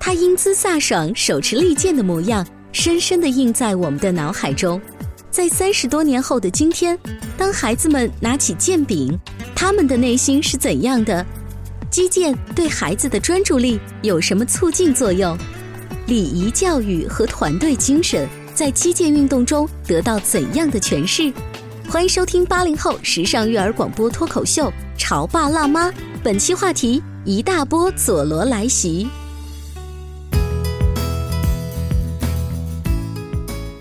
他英姿飒爽、手持利剑的模样，深深地印在我们的脑海中。在三十多年后的今天，当孩子们拿起剑柄，他们的内心是怎样的？击剑对孩子的专注力有什么促进作用？礼仪教育和团队精神在击剑运动中得到怎样的诠释？欢迎收听八零后时尚育儿广播脱口秀《潮爸辣妈》，本期话题：一大波佐罗来袭。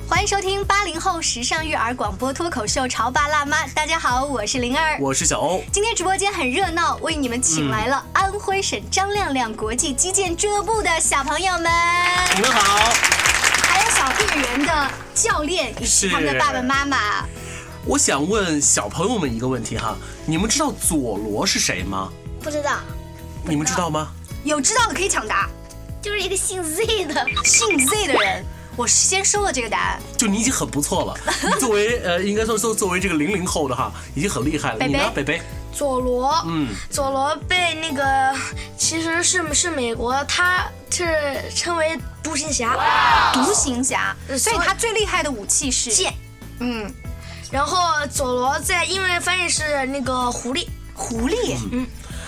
欢迎收听八零后时尚育儿广播脱口秀《潮爸辣妈》，大家好，我是灵儿。我是小欧，今天直播间很热闹，为你们请来了安徽省张亮亮国际击剑俱乐部的小朋友们，你们好。还有小队员的教练以及是他们的爸爸妈妈。我想问小朋友们一个问题哈，你们知道佐罗是谁吗？不知道，你们知道吗？有知道的可以抢答。就是一个姓 Z 的，姓 Z 的人，我先说了这个答案。就你已经很不错了，你作为呃，应该说说作为这个零零后的哈，已经很厉害了。北北你呢，北北？佐罗。嗯，佐罗被那个其实是是美国，他是称为独行侠，独行侠，所以所以他最厉害的武器是剑。嗯，然后佐罗在英文翻译是那个狐狸，嗯狐狸。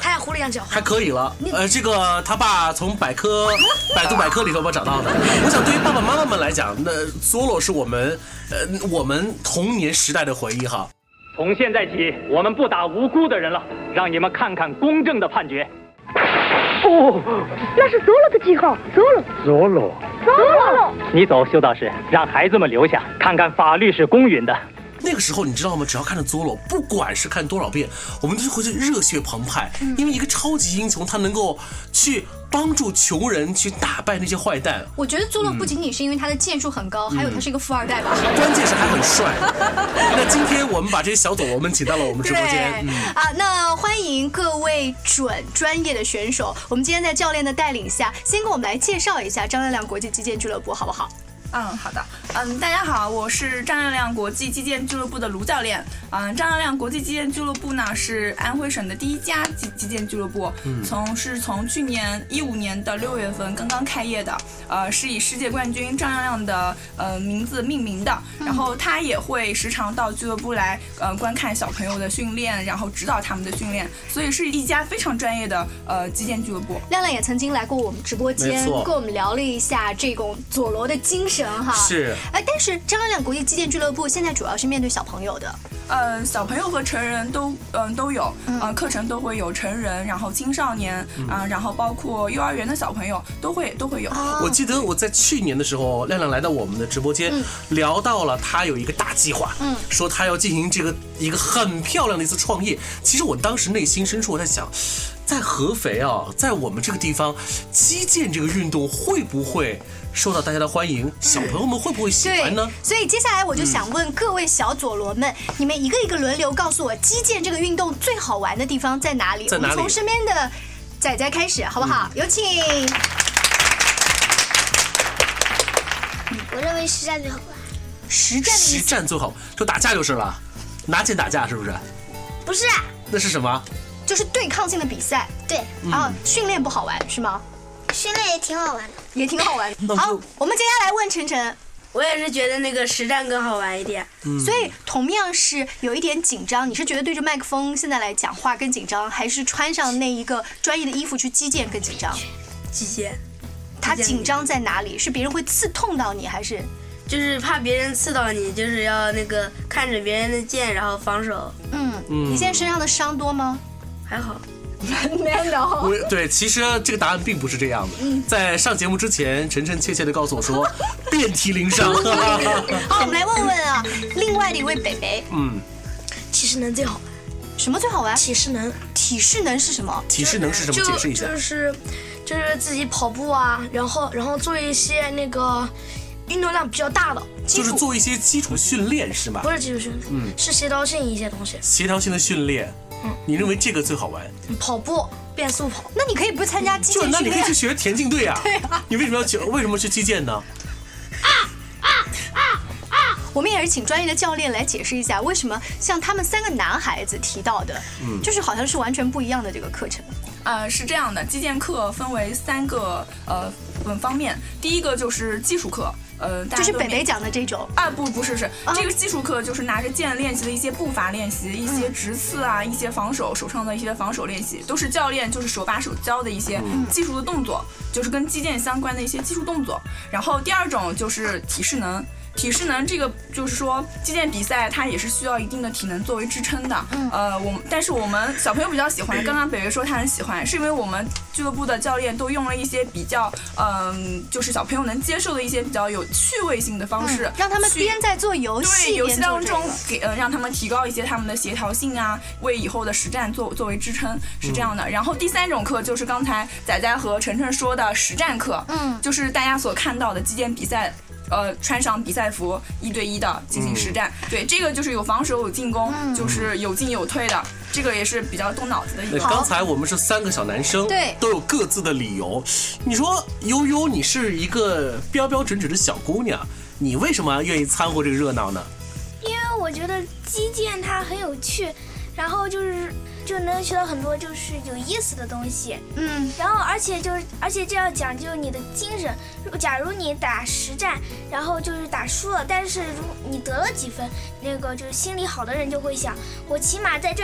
他在狐狸上狡还猾。可以了。呃，这个他爸从百科、 百度百科里头吧找到的。我想对于爸爸妈妈们来讲，那佐罗是我们呃我们童年时代的回忆哈。从现在起，我们不打无辜的人了，让你们看看公正的判决。哦，那是 Zolo 的记号，Zolo，Zolo，Zolo。你走，修道士，让孩子们留下，看看法律是公允的。那个时候你知道吗？只要看着佐罗，不管是看多少遍，我们就会是热血澎湃，因为一个超级英雄，他能够去帮助穷人去打败那些坏蛋，我觉得佐罗不仅仅是因为他的剑术很高，还有他是一个富二代吧。关键是还很帅。那今天我们把这些小佐罗们请到了我们直对播间，嗯啊，那欢迎各位准专业的选手。我们今天在教练的带领下，先给我们来介绍一下张亮亮国际击剑俱乐部，好不好？嗯，好的。嗯，大家好，我是张亮亮国际击剑俱乐部的卢教练。嗯，张亮亮国际击剑俱乐部呢是安徽省的第一家击击剑俱乐部，从是从去年一五年的六月份刚刚开业的。呃，是以世界冠军张亮亮的呃名字命名的。然后他也会时常到俱乐部来呃观看小朋友的训练，然后指导他们的训练，所以是一家非常专业的呃击剑俱乐部。亮亮也曾经来过我们直播间，没错跟我们聊了一下这种佐罗的精神哈。。是哎，但是张亮亮国际击剑俱乐部现在主要是面对小朋友的，呃，小朋友和成人都嗯、都有，嗯、课程都会有成人，然后青少年，啊、然后包括幼儿园的小朋友都会都会有。哦我记嗯得我在去年的时候，亮亮来到我们的直播间，聊到了他有一个大计划，嗯，说他要进行这个一个很漂亮的一次创业。其实我当时内心深处我在想，在合肥啊，在我们这个地方，击剑这个运动会不会受到大家的欢迎？小朋友们会不会喜欢呢？嗯所以接下来我就想问各位小佐罗们，你们一个一个轮流告诉我，击剑这个运动最好玩的地方在哪里？在哪里嗯我们从身边的仔仔开始，好不好？有请。我认为实战最好玩，实战的意实思战最好，就打架就是了，拿剑打架是不是？不是啊那是什么？就是对抗性的比赛。对，啊，训练不好玩是吗？训练也挺好玩的。也挺好玩。那好就，我们接下来问晨晨。我也是觉得那个实战更好玩一点。所以同样是有一点紧张，你是觉得对着麦克风现在来讲话更紧张，还是穿上那一个专业的衣服去击剑更紧张？击剑，他击剑紧张在哪里？是别人会刺痛到你，还是就是怕别人刺到你，就是要呃那个看着别人的剑，然后防守。嗯，你现在身上的伤多吗？还好。没有我。对，其实这个答案并不是这样的嗯。在上节目之前，晨晨切切的告诉我说，遍体鳞伤。 好，我们来问问啊，另外的一位北北，嗯，体适能最好，什么最好玩？体适能体适能是什么？体适能是什么？就解释一下就。是就是自己跑步啊，然后然后做一些那个运动量比较大的，基就是础做一些基础训练是吧不？是基础训练，嗯是协调性一些东西，协调性的训练，你认为这个最好玩？跑步变速跑。那你可以不参加击就剑那训你可以练去，学田径队啊。你为什么要去？为什么去击剑呢？我们也是请专业的教练来解释一下，为什么像他们三个男孩子提到的，嗯就是好像是完全不一样的这个课程。呃，是这样的，击剑课分为三个呃嗯方面，第一个就是技术课，呃，大家就是都北北哦明讲的这种，啊，不，不是，是这个技术课，就是拿着剑练习的一些步伐练习，一嗯些直刺啊，一些防守，手上的一些防守练习，都是教练就是手把手教的一些技术的动作，就是跟击剑相关的一些技术动作。然后第二种就是体适能。体适能这个就是说，击剑比赛它也是需要一定的体能作为支撑的。嗯呃，我们但是我们小朋友比较喜欢，刚刚北北说他很喜欢，是因为我们俱乐部的教练都用了一些比较，嗯、就是小朋友能接受的一些比较有趣味性的方式，嗯让他们去边在做游对戏，游边戏做当这中个给呃让他们提高一些他们的协调性啊，为以后的实战作作为支撑是这样的。然后第三种课就是刚才仔仔和晨晨说的实战课，嗯就是大家所看到的击剑比赛。呃，穿上比赛服，一对一的进行实战，对这个就是有防守有进攻，嗯就是有进有退的，这个也是比较动脑子的一那个。刚才我们是三个小男生，对都有各自的理由。你说悠悠，你是一个标标准准的小姑娘，你为什么愿意掺和这个热闹呢？因为我觉得击剑它很有趣，然后就是就能学到很多就是有意思的东西。嗯，然后而且就是而且这要讲究你的精神。如假如你打实战，然后就是打输了，但是如你得了几分，那个就是心理好的人就会想，我起码在这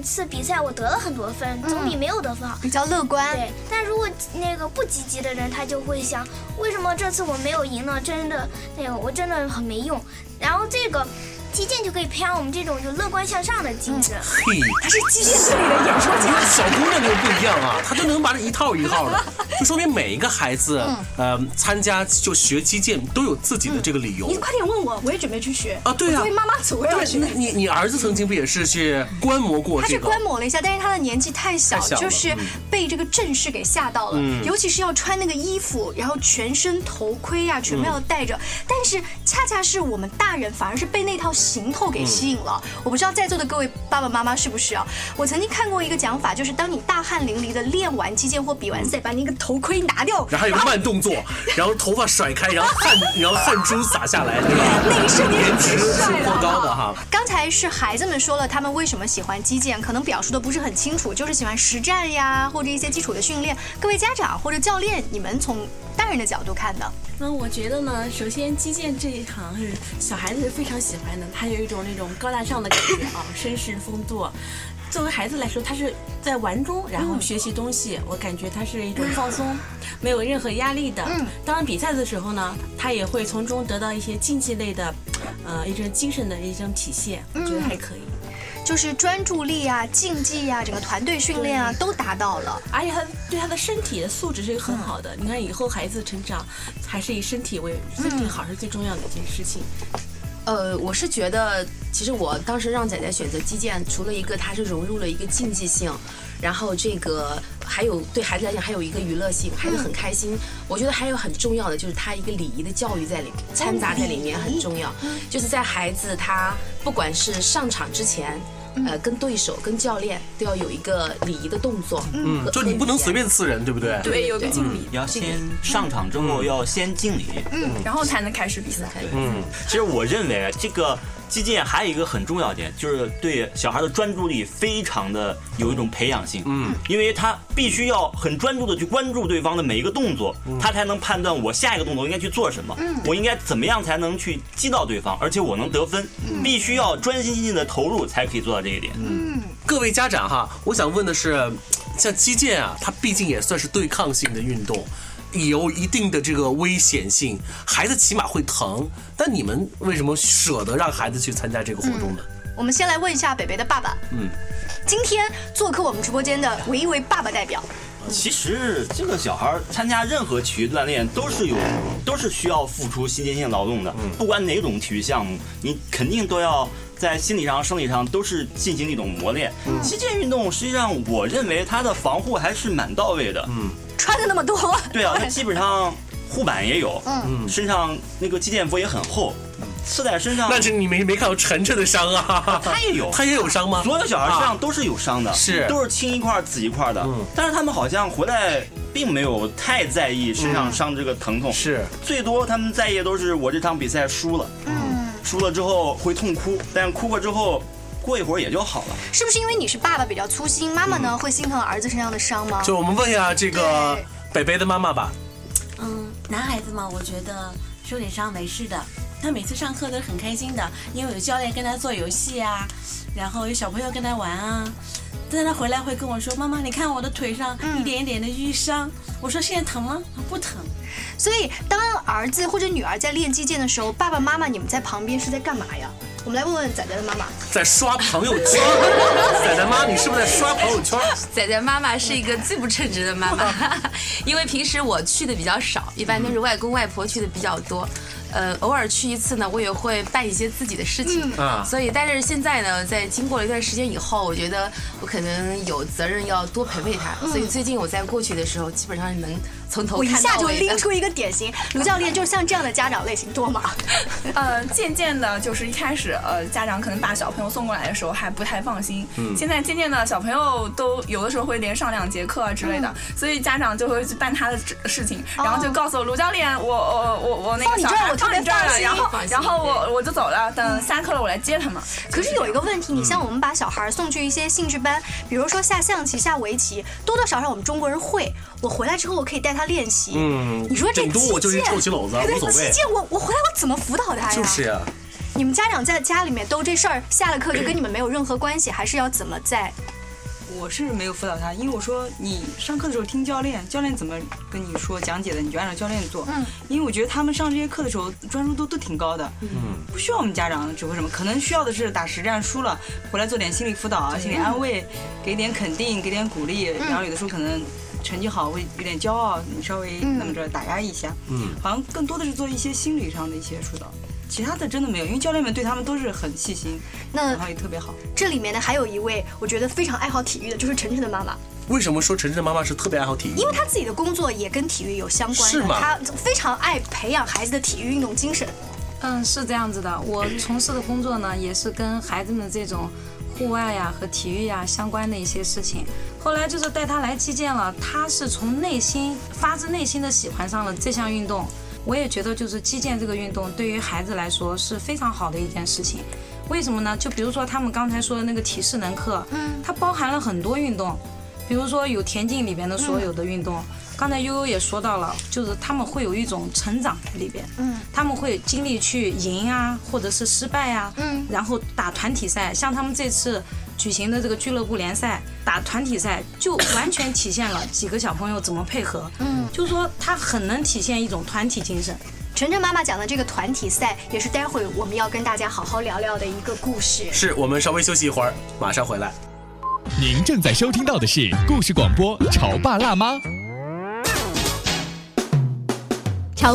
次比赛我得了很多分，总比没有得分好。比较乐观。对，但如果那个不积极的人，他就会想，为什么这次我没有赢呢？真的，那个我真的很没用。然后这个击剑就可以培养我们这种就乐观向上的精神。嘿，他是机械室里的演说家。小姑娘就不一样啊，她都能把这一套一套的，就说明每一个孩子，嗯呃，参加就学击剑都有自己的这个理由。你快点问我，我也准备去学啊对我啊作为妈妈组我要对，学你。你你儿子曾经不也是去观摩过他这是个？观摩了一下，但是他的年纪太小，太小了就是被这个阵势给吓到了。嗯尤其是要穿那个衣服，然后全身头盔啊，全部要戴嗯着。但是恰恰是我们大人反而是被那套行头给吸引了。嗯我不知道在座的各位爸爸妈妈是不是啊？我曾经看过一个讲法，就是当你大汗淋漓的练完击剑或比完赛，把你那个头盔拿掉，然后有个慢动作，然后头发甩开，然后汗，然后汗珠洒下来，对吧？那一瞬间颜值是是帅的颇高的好哈不好。刚才是孩子们说了他们为什么喜欢击剑，可能表述的不是很清楚，就是喜欢实战呀，或者一些基础的训练。各位家长或者教练，你们从大人的角度看的，那我觉得呢，首先击剑这一行是小孩子是非常喜欢的，他有一种那种高大上的感觉啊，绅士风度。作为孩子来说，他是在玩中，然后学习东西，我感觉他是一种放松，没有任何压力的。嗯，当然比赛的时候呢，他也会从中得到一些竞技类的，呃，一种精神的一种体现，我觉得还可以。就是专注力啊、竞技呀、整个团队训练啊都达到了。而且他对他的身体的素质是很好的。你看以后孩子成长，还是以身体为身体好是最重要的一件事情。呃，我是觉得，其实我当时让仔仔选择击剑，除了一个它是融入了一个竞技性，然后这个还有对孩子来讲还有一个娱乐性，孩子很开心。我觉得还有很重要的就是他一个礼仪的教育在里掺杂在里面很重要，就是在孩子他不管是上场之前。呃，跟对手、跟教练都要有一个礼仪的动作，嗯，就你不能随便刺人，对不对？对有个敬礼嗯要先上场之后要先敬礼。嗯，然后才能开始比赛。嗯，其实我认为啊这个击剑还有一个很重要点，就是对小孩的专注力非常的有一种培养性。嗯，因为他必须要很专注的去关注对方的每一个动作，他才能判断我下一个动作应该去做什么，我应该怎么样才能去击到对方，而且我能得分，必须要专心心的投入才可以做到这一点。嗯，各位家长哈，我想问的是，像击剑啊，它毕竟也算是对抗性的运动。有一定的这个危险性，孩子起码会疼。但你们为什么舍得让孩子去参加这个活动呢？我们先来问一下北北的爸爸，嗯，今天做客我们直播间的唯一位爸爸代表，其实这个小孩儿参加任何体育锻炼都是有，都是需要付出先天性劳动的。不管哪种体育项目，你肯定都要在心理上、生理上都是进行一种磨练。击剑运动实际上，我认为它的防护还是蛮到位的。嗯，穿的那么多， 对啊，它基本上护板也有，嗯身上那个击剑服也很厚，刺在身上。那这你没没看到晨晨的伤啊？他也有，他也有伤吗？所有小孩身上啊都是有伤的，是都是青一块儿紫一块儿的。但是他们好像回来并没有太在意身上伤这个疼痛，是最多他们在意的都是我这场比赛输了，嗯，输了之后会痛哭，但哭过之后过一会儿也就好了。是不是因为你是爸爸比较粗心，妈妈呢会心疼儿子身上的伤吗？就我们问一下这个北北的妈妈吧。嗯，男孩子嘛，我觉得受点伤没事的。他每次上课都是很开心的，因为有教练跟他做游戏啊，然后有小朋友跟他玩啊。但是他回来会跟我说：“妈妈，你看我的腿上一点一点的淤伤。我说：“现在疼吗？不疼。所以当儿子或者女儿在练击剑的时候，爸爸妈妈你们在旁边是在干嘛呀？我们来问问仔仔的妈妈，在刷朋友圈， 仔仔妈，你是不是在刷朋友圈？仔仔妈妈是一个最不称职的妈妈， 因为平时我去的比较少，一般都是外公外婆去的比较多。呃，偶尔去一次呢，我也会办一些自己的事情。嗯啊所以，但是现在呢，在经过了一段时间以后，我觉得我可能有责任要多陪陪她。嗯所以最近我在过去的时候，基本上是能从头我一看下到就尾的拎出一个典型，卢教练就是像这样的家长类型多吗？呃，渐渐的，就是一开始，呃，家长可能把小朋友送过来的时候还不太放心，嗯现在渐渐的，小朋友都有的时候会连上两节课啊之类的，嗯所以家长就会去办他的事事情，然后就告诉我卢教练，我我我我那放哦个你小这儿孩我特放别你这儿放了，心然后放心然后对嗯我我就走了，等下课了我来接他们。 可是有一个问题，你像我们把小孩送去一些兴趣班，比如说下象棋、下围棋，多多少少我们中国人会。我回来之后，我可以带他练习。嗯你说这顶多我就是一臭棋篓子击剑无所谓对击剑我我回来我怎么辅导他呀？就是呀、你们家长在家里面都这事儿，下了课就跟你们没有任何关系，还是要怎么在？我是没有辅导他，因为我说你上课的时候听教练，教练怎么跟你说讲解的，你就按照教练做。嗯，因为我觉得他们上这些课的时候专注度都挺高的，嗯，不需要我们家长指挥什么，可能需要的是打实战输了回来做点心理辅导啊、对心理安慰，给点肯定，给点鼓励。嗯然后有的时候可能成绩好会有点骄傲，你稍微那么着打压一下。嗯好像更多的是做一些心理上的一些疏导，其他的真的没有，因为教练们对他们都是很细心，那然后也特别好。这里面呢，还有一位我觉得非常爱好体育的，就是晨晨的妈妈。为什么说晨晨的妈妈是特别爱好体育？因为他自己的工作也跟体育有相关是的，吗他非常爱培养孩子的体育运动精神。嗯，是这样子的，我从事的工作呢，也是跟孩子们这种户外呀、和体育呀、相关的一些事情。后来就是带他来击剑了，他是从内心发自内心的喜欢上了这项运动。我也觉得就是击剑这个运动对于孩子来说是非常好的一件事情。为什么呢？就比如说他们刚才说的那个体适能课，嗯，它包含了很多运动，比如说有田径里边的嗯所有的运动。刚才悠悠也说到了，就是他们会有一种成长在里边，嗯，他们会经历去赢啊，或者是失败啊，嗯，然后打团体赛，像他们这次举行的这个俱乐部联赛打团体赛，就完全体现了几个小朋友怎么配合，嗯，就是说他很能体现一种团体精神。晨晨妈妈讲的这个团体赛，也是待会我们要跟大家好好聊聊的一个故事。是我们稍微休息一会儿，马上回来。您正在收听到的是故事广播《潮爸辣妈》。 《潮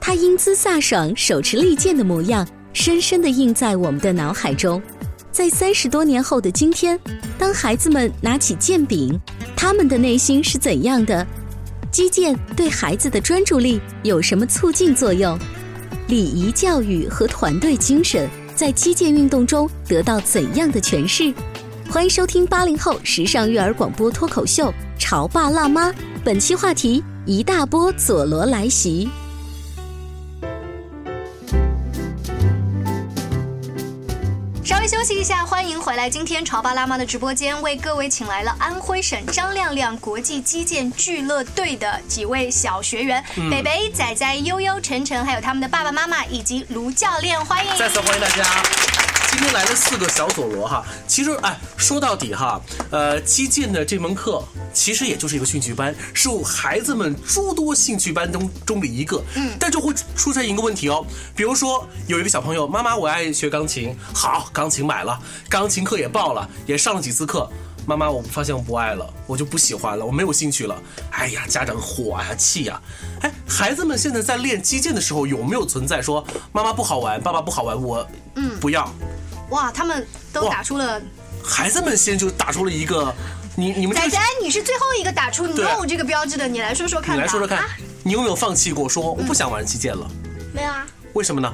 他英姿飒爽、手持利剑的模样，深深地印在我们的脑海中。在三十多年后的今天，当孩子们拿起剑柄，他们的内心是怎样的？击剑对孩子的专注力有什么促进作用？礼仪教育和团队精神在击剑运动中得到怎样的诠释？欢迎收听八零后时尚育儿广播脱口秀《潮爸辣妈》，本期话题：一大波佐罗来袭。稍微休息一下，欢迎回来。今天潮爸辣妈的直播间为各位请来了安徽省张亮亮国际击剑俱乐队的几位小学员，嗯北北、仔仔、悠悠、晨晨，还有他们的爸爸妈妈以及卢教练，欢迎。再次欢迎大家。今天来了四个小佐罗哈，其实哎，说到底哈，呃，击剑的这门课其实也就是一个兴趣班，是我孩子们诸多兴趣班中中的一个。嗯，但就会出现一个问题哦，比如说有一个小朋友，妈妈我爱学钢琴，好，钢琴买了，钢琴课也报了，也上了几次课。妈妈，我发现我不爱了，我就不喜欢了，我没有兴趣了。哎呀，家长火呀、气呀、哎，孩子们现在在练击剑的时候，有没有存在说妈妈不好玩，爸爸不好玩，我嗯，不要？哇，他们都打出了。孩子们先就打出了一个，你你们这仔个仔，你是最后一个打出对 “no” 这个标志的，你来说说看吧。嗯你来说说看啊，你有没有放弃过说我不想玩击剑了？没有啊，为什么呢？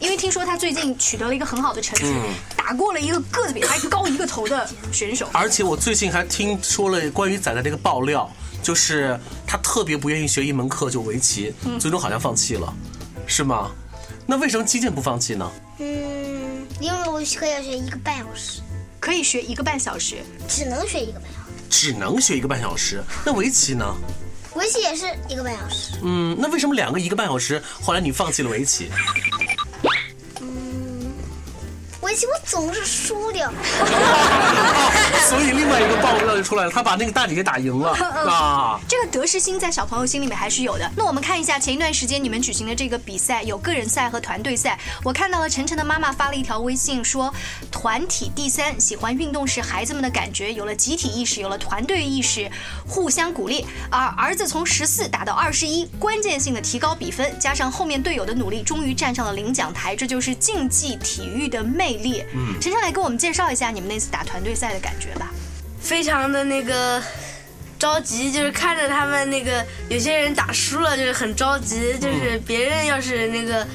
因为听说他最近取得了一个很好的成绩，嗯打过了一个个子比他高一个头的选手。而且我最近还听说了关于仔仔这个爆料，就是他特别不愿意学一门课就围棋，嗯最终好像放弃了，是吗？那为什么击剑不放弃呢？嗯，因为我可以学一个半小时，可以学一个半小时，只能学一个半小只能学一个半小时，那围棋呢？时，围棋也是一个半小时。嗯，那为什么两个一个半小时，后来你放弃了围棋？ 围棋我总是输掉。啊所以另外一个爆料就出来了，他把那个大姐姐打赢嗯了啊！这个得失心在小朋友心里面还是有的。那我们看一下前一段时间你们举行的这个比赛，有个人赛和团队赛。我看到了晨晨的妈妈发了一条微信说，团体第三，喜欢运动是孩子们的感觉，有了集体意识，有了团队意识，互相鼓励。而儿子从十四打到二十一，关键性的提高比分，加上后面队友的努力，终于站上了领奖台。这就是竞技体育的魅力。嗯晨晨来给我们介绍一下你们那次打团队赛的感觉吧。非常的那个着急，就是看着他们那个有些人打输了，就是很着急，嗯就是别人要是那个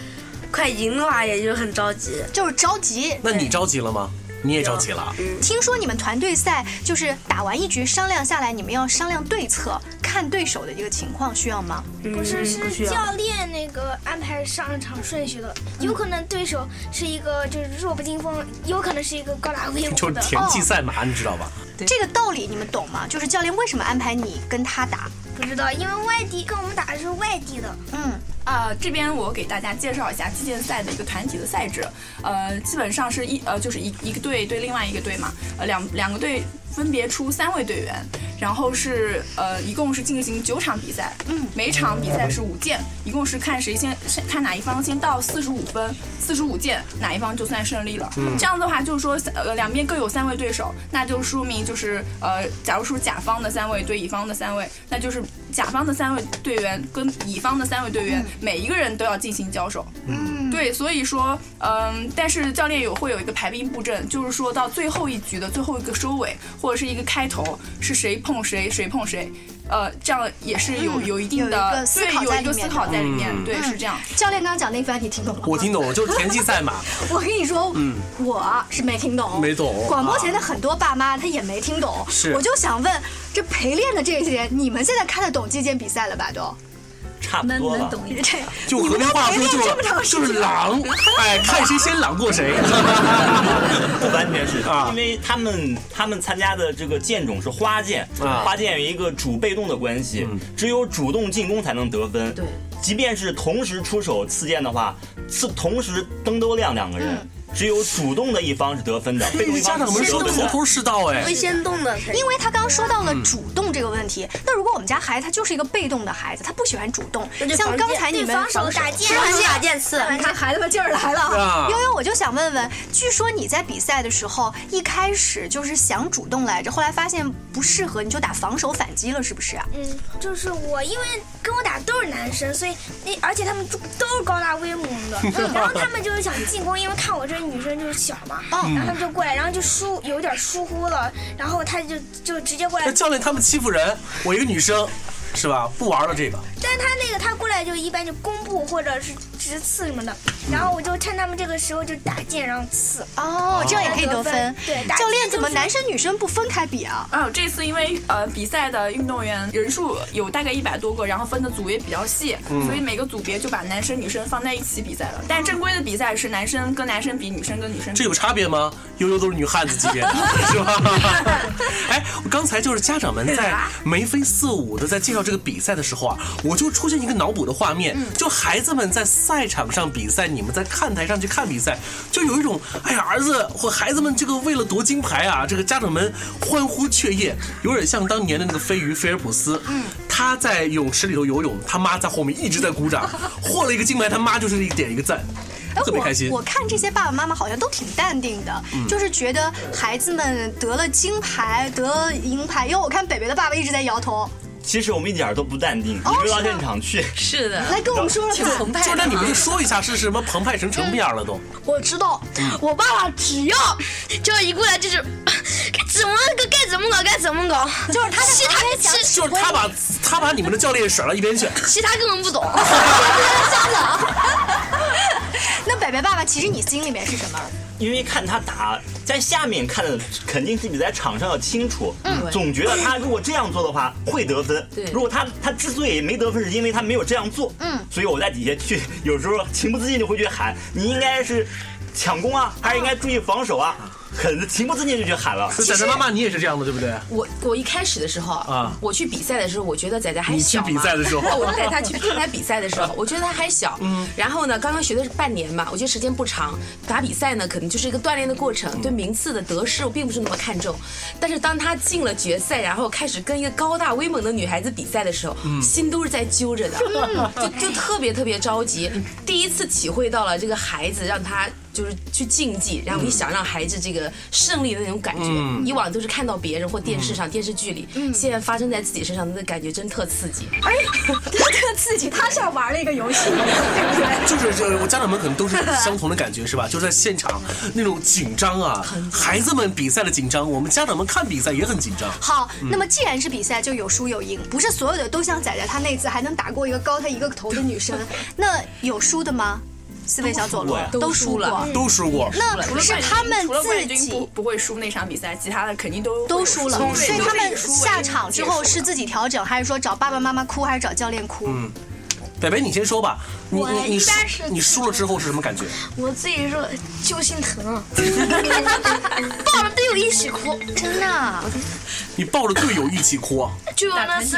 快赢的话，也就是很着急，就是着急。那你着急了吗？你也着急了啊？听说你们团队赛就是打完一局商量下来，你们要商量对策，看对手的一个情况，需要吗？嗯不是，是教练那个安排上场顺序的，有可能对手是一个就是弱不禁风，有可能是一个高大威就猛是的。田忌赛哦马，你知道吧？这个道理你们懂吗？就是教练为什么安排你跟他打？不知道，因为外地跟我们打的是外地的。嗯，啊、这边我给大家介绍一下击剑赛的一个团体的赛制，呃，基本上是一呃就是一一个队对另外一个队嘛，呃两两个队分别出三位队员，然后是呃一共是进行九场比赛，嗯，每场比赛是五剑，一共是看谁先先看哪一方先到四十五分，四十五剑哪一方就算胜利了，嗯这样的话就是说呃两边各有三位对手，那就说明就是呃假如说甲方的三位对乙方的三位，那就是甲方的三位队员跟乙方的三位队员、每一个人都要进行交手。嗯，对，所以说，嗯，但是教练有会有一个排兵布阵，就是说到最后一局的最后一个收尾或者是一个开头，是谁碰谁，谁碰谁，呃，这样也是有、嗯有一定有一的个思对考有在一个里思面考的在里面，嗯对，是这样。教练刚刚讲那一番你听懂了吗？我听懂了，就是田忌赛 马。我跟你说，嗯我是没听懂，没懂广播前的很多爸妈他也没听懂，是我就想问，这陪练的这些，你们现在看得懂击剑比赛了吧？都 差不多了。一点。就河南话说你们要陪练这么长就时就间 是狼，哎，看谁先狼过谁。 不完全是，啊因为他们他们参加的这个剑种是花剑，啊嗯花剑有一个主被动的关系，只有主动进攻才能得分。嗯对，即便是同时出手刺剑的话，是同时登兜亮两个人。只有主动的一方是得分的，被动 一方家长们是说得的分头的头是道哎。先动的，因为他刚刚说到了主动这个问题。那如果我们家孩子他就是一个被动的孩子，他不喜欢主动那，就像防刚箭才你对们防守打箭啊防防守打箭刺你看孩子们劲儿来了啊。悠悠，我就想问问，据说你在比赛的时候一开始就是想主动来着，后来发现不适合，你就打防守反击了，是不是啊？，嗯，就是我，因为跟我打都是男生，所以那而且他们都都是高大威猛 的嗯然后他们就是想进攻，因为看我这女生就是小嘛，哦嗯然后他们就过来，然后就疏有点疏忽了，然后他就就直接过来那，教练他们欺负人，我一个女生，是吧？不玩了这个。但是他那个他过来就一般就弓步或者是直刺什么的，然后我就趁他们这个时候就打箭然后刺。哦，这样也可以得分分。。对，打教击练怎么就是男生女生不分开比啊？啊，这次因为呃比赛的运动员人数有大概一百多个，然后分的组也比较细，嗯所以每个组别就把男生女生放在一起比赛了。但正规的比赛是男生跟男生比，女生跟女生比。这有差别吗？悠悠都是女汉子级 别的，是吧？哎，我刚才就是啊家长们在眉飞色舞的在介绍这个比赛的时候啊，我就出现一个脑补的画面，就孩子们在赛场上比赛，你们在看台上去看比赛，就有一种哎呀，儿子或孩子们这个为了夺金牌啊，这个家长们欢呼雀跃，有点像当年的那个飞鱼菲尔普斯，嗯，他在泳池里头游泳，他妈在后面一直在鼓 掌，获了一个金牌，他妈就是一点一个赞，特别开心。哎我我看这些爸爸妈妈好像都挺淡定的，嗯就是觉得孩子们得了金牌，得了银牌。因为我看北北的爸爸一直在摇头，其实我们一点儿都不淡定，哦你就到是吗现场去。是的来跟我们说说就吧澎湃就的那你们啊就说一下是什么澎湃成什么样了都？我知道，我爸爸只要只要一过来就是 该怎么个该怎么搞该怎么搞，就是他其他其就是他把他把你们的教练甩到一边去。其他根本不 懂。那北北爸爸其实你心里面是什么？因为看他打，在下面看的肯定是比在场上要清楚。嗯总觉得他如果这样做的话会得分。对如果他他之所以没得分，是因为他没有这样做。嗯所以我在底下去， 有时候情不自禁就会去喊，你应该是抢攻啊，还是应该注意防守啊，很情不自禁就去喊了。所以仔仔妈妈你也是这样的，对不对？我我一开始的时候，啊我去比赛的时候，我觉得仔仔还小嘛你去比赛的时候我带他去看他比赛的时候，我觉得他还小。嗯然后呢，刚刚学的是半年嘛，我觉得时间不长。打比赛呢，可能就是一个锻炼的过程，嗯对名次的得失我并不是那么看重。但是当他进了决赛，然后开始跟一个高大威猛的女孩子比赛的时候，嗯心都是在揪着的，就就特别特别着急。第一次体会到了这个孩子让他。就是去竞技，然后你想让孩子这个胜利的那种感觉，嗯以往都是看到别人或电视上、电视剧里，现在发生在自己身上，那感觉真特刺激。哎，特刺激， 他像玩了一个游戏，对不对？就是就是，我家长们可能都是相同的感觉，是吧？就是在现场那种紧张啊，孩子们比赛的紧张，我们家长们看比赛也很紧张。好，嗯那么既然是比赛，就有输有赢，不是所有的都像仔仔他那次还能打过一个高他一个头的女 生。那有输的吗？四位小左都输罗过都输呀过，都输过那除了是冠军他们除了冠自军己不不会输那场比赛，其他的肯定都都输了，所以他们下场之后是自己。己调整，还是说找爸爸妈妈哭，还是找教练哭？嗯，北北你先说吧，你我你你一般是你输了之后是什么感觉？我自己说就心疼，啊 抱着队友一起哭，真的、啊你抱着队友一起哭啊？就那次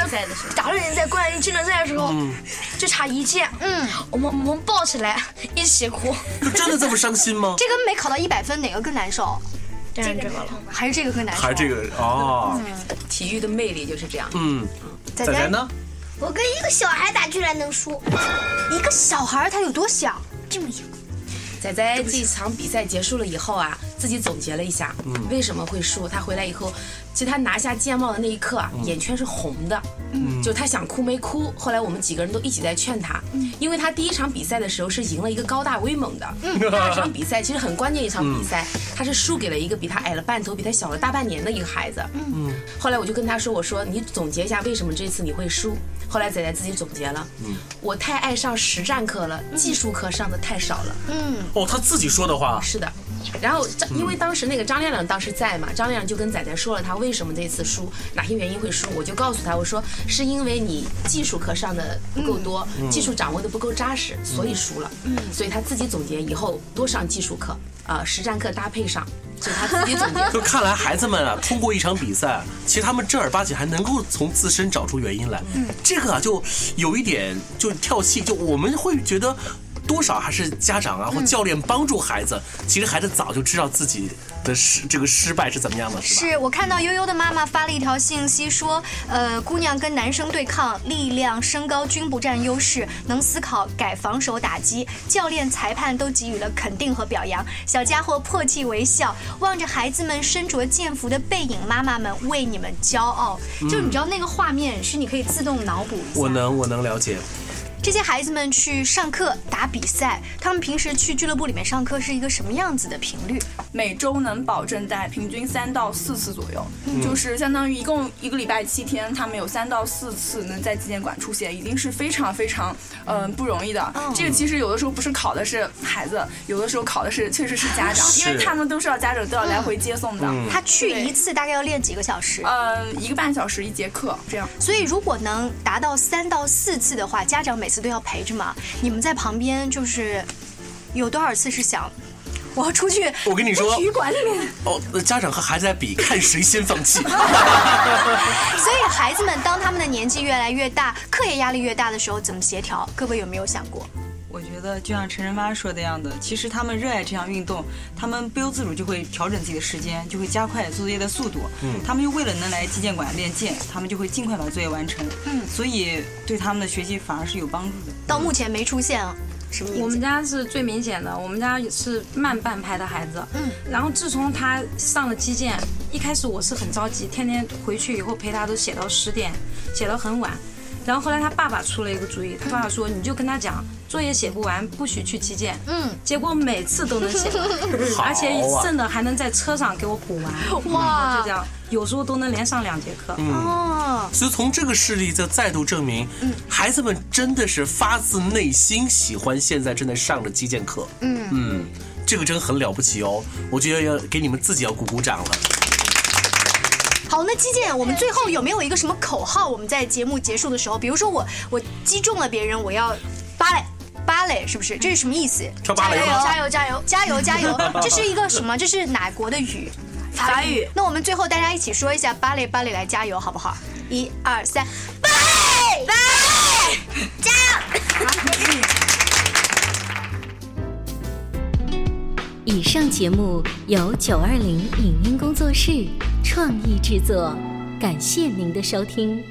打了人赛冠军争赛的时候，嗯就差一届，嗯，我们我们抱起来一起哭，就真的这么伤心吗？这跟没考到一百分哪个更难受？当然这个了，还是这个更难受？还是这个哦，体育的魅力就是这样。嗯，仔仔呢？我跟一个小孩打居然能输，哎一个小孩他有多小？这么小。仔仔这场比赛结束了以后啊，自己总结了一下，嗯为什么会输。他回来以后，其实他拿下剑帽的那一刻啊，眼圈是红的，嗯就他想哭没哭。后来我们几个人都一起在劝他，因为他第一场比赛的时候是赢了一个高大威猛的，嗯第二场比赛其实很关键一场比赛，他是输给了一个比他矮了半头、比他小了大半年的一个孩子。嗯后来我就跟他说：“我说你总结一下为什么这次你会输。”后来仔仔自己总结了，嗯，我太爱上实战课了，嗯技术课上的太少了。嗯，哦，他自己说的话。啊是的。然后张，因为当时那个张亮亮当时在嘛，张亮亮就跟仔仔说了他为什么这次输，哪些原因会输，我就告诉他，我说是因为你技术课上的不够多，嗯技术掌握的不够扎实，所以输了。嗯，所以他自己总结以后多上技术课，啊、实战课搭配上，所以他自己总 结就看来孩子们啊，通过一场比赛，其实他们正儿八经还能够从自身找出原因来。嗯这个啊，就有一点就跳戏，就我们会觉得。多少还是家长啊或教练帮助孩子，其实孩子早就知道自己的失这个失败是怎么样的，是吧？是我啊看到悠悠的妈妈发了一条信息说，呃，姑娘跟男生对抗，力量、身高均不占优势，能思考、改防守、打击，教练、裁判都给予了肯定和表扬。小家伙破涕为笑，望着孩子们身着健服的背影，妈妈们为你们骄傲。就你知道那个画面是你可以自动脑补一下。嗯我能我能了解，这些孩子们去上课、打比赛，他们平时去俱乐部里面上课是一个什么样子的频率？每周能保证在平均三到四次左右，嗯就是相当于一共一个礼拜七天，他们有三到四次能在击剑馆出现，已经是非常非常嗯、呃不容易的。这个其实有的时候不是考的是孩子，有的时候考的是确实是 家长，因为是他们都是要家长都要来回接送的。嗯他去一次大概要练几个小时？呃，一个半小时一节课这样。所以如果能达到三到四次的话，家长每次都要陪着嘛。你们在旁边就是有多少次是想我要出去？我跟你说体育馆里 面。哦，那家长和孩子在比，看谁先放弃。所以孩子们当他们的年纪越来越大，课业压力越大的时候，怎么协调？各位有没有想过？我觉得就像陈晨妈说的样的，其实他们热爱这项运动，他们不由自主就会调整自己的时间，就会加快做作业的速度。嗯他们又为了能来击剑馆练剑，他们就会尽快把作业完成。嗯，所以对他们的学习反而是有帮助的。到目前没出现啊，什么影响？我们家是最明显的，我们家也是慢半拍的孩子。嗯，然后自从他上了击剑，一开始我是很着急，天天回去以后陪他都写到十点，写到很晚。然后后来他爸爸出了一个主意，他爸爸说：“你就跟他讲，作业写不完不许去击剑。”嗯，结果每次都能写完好，啊而且剩的还能在车上给我补完。哇就这样，有时候都能连上两节课。嗯哦，所以从这个事例就再度证明，孩子们真的是发自内心喜欢现在正在上的击剑课。嗯嗯，这个真很了不起哦，我觉得要给你们自己要鼓鼓掌了。好，那击剑，我们最后有没有一个什么口号？我们在节目结束的时候，比如说我我击中了别人，我要芭蕾。芭蕾是不是？这是什么意思？跳芭蕾吗加油加油加油加油加 油！这是一个什么？这是哪国的语？法语。那我们最后大家一起说一下芭蕾芭蕾来加油好不好？一二三，芭蕾芭蕾加油！以上节目由九二零影音工作室创意制作，感谢您的收听。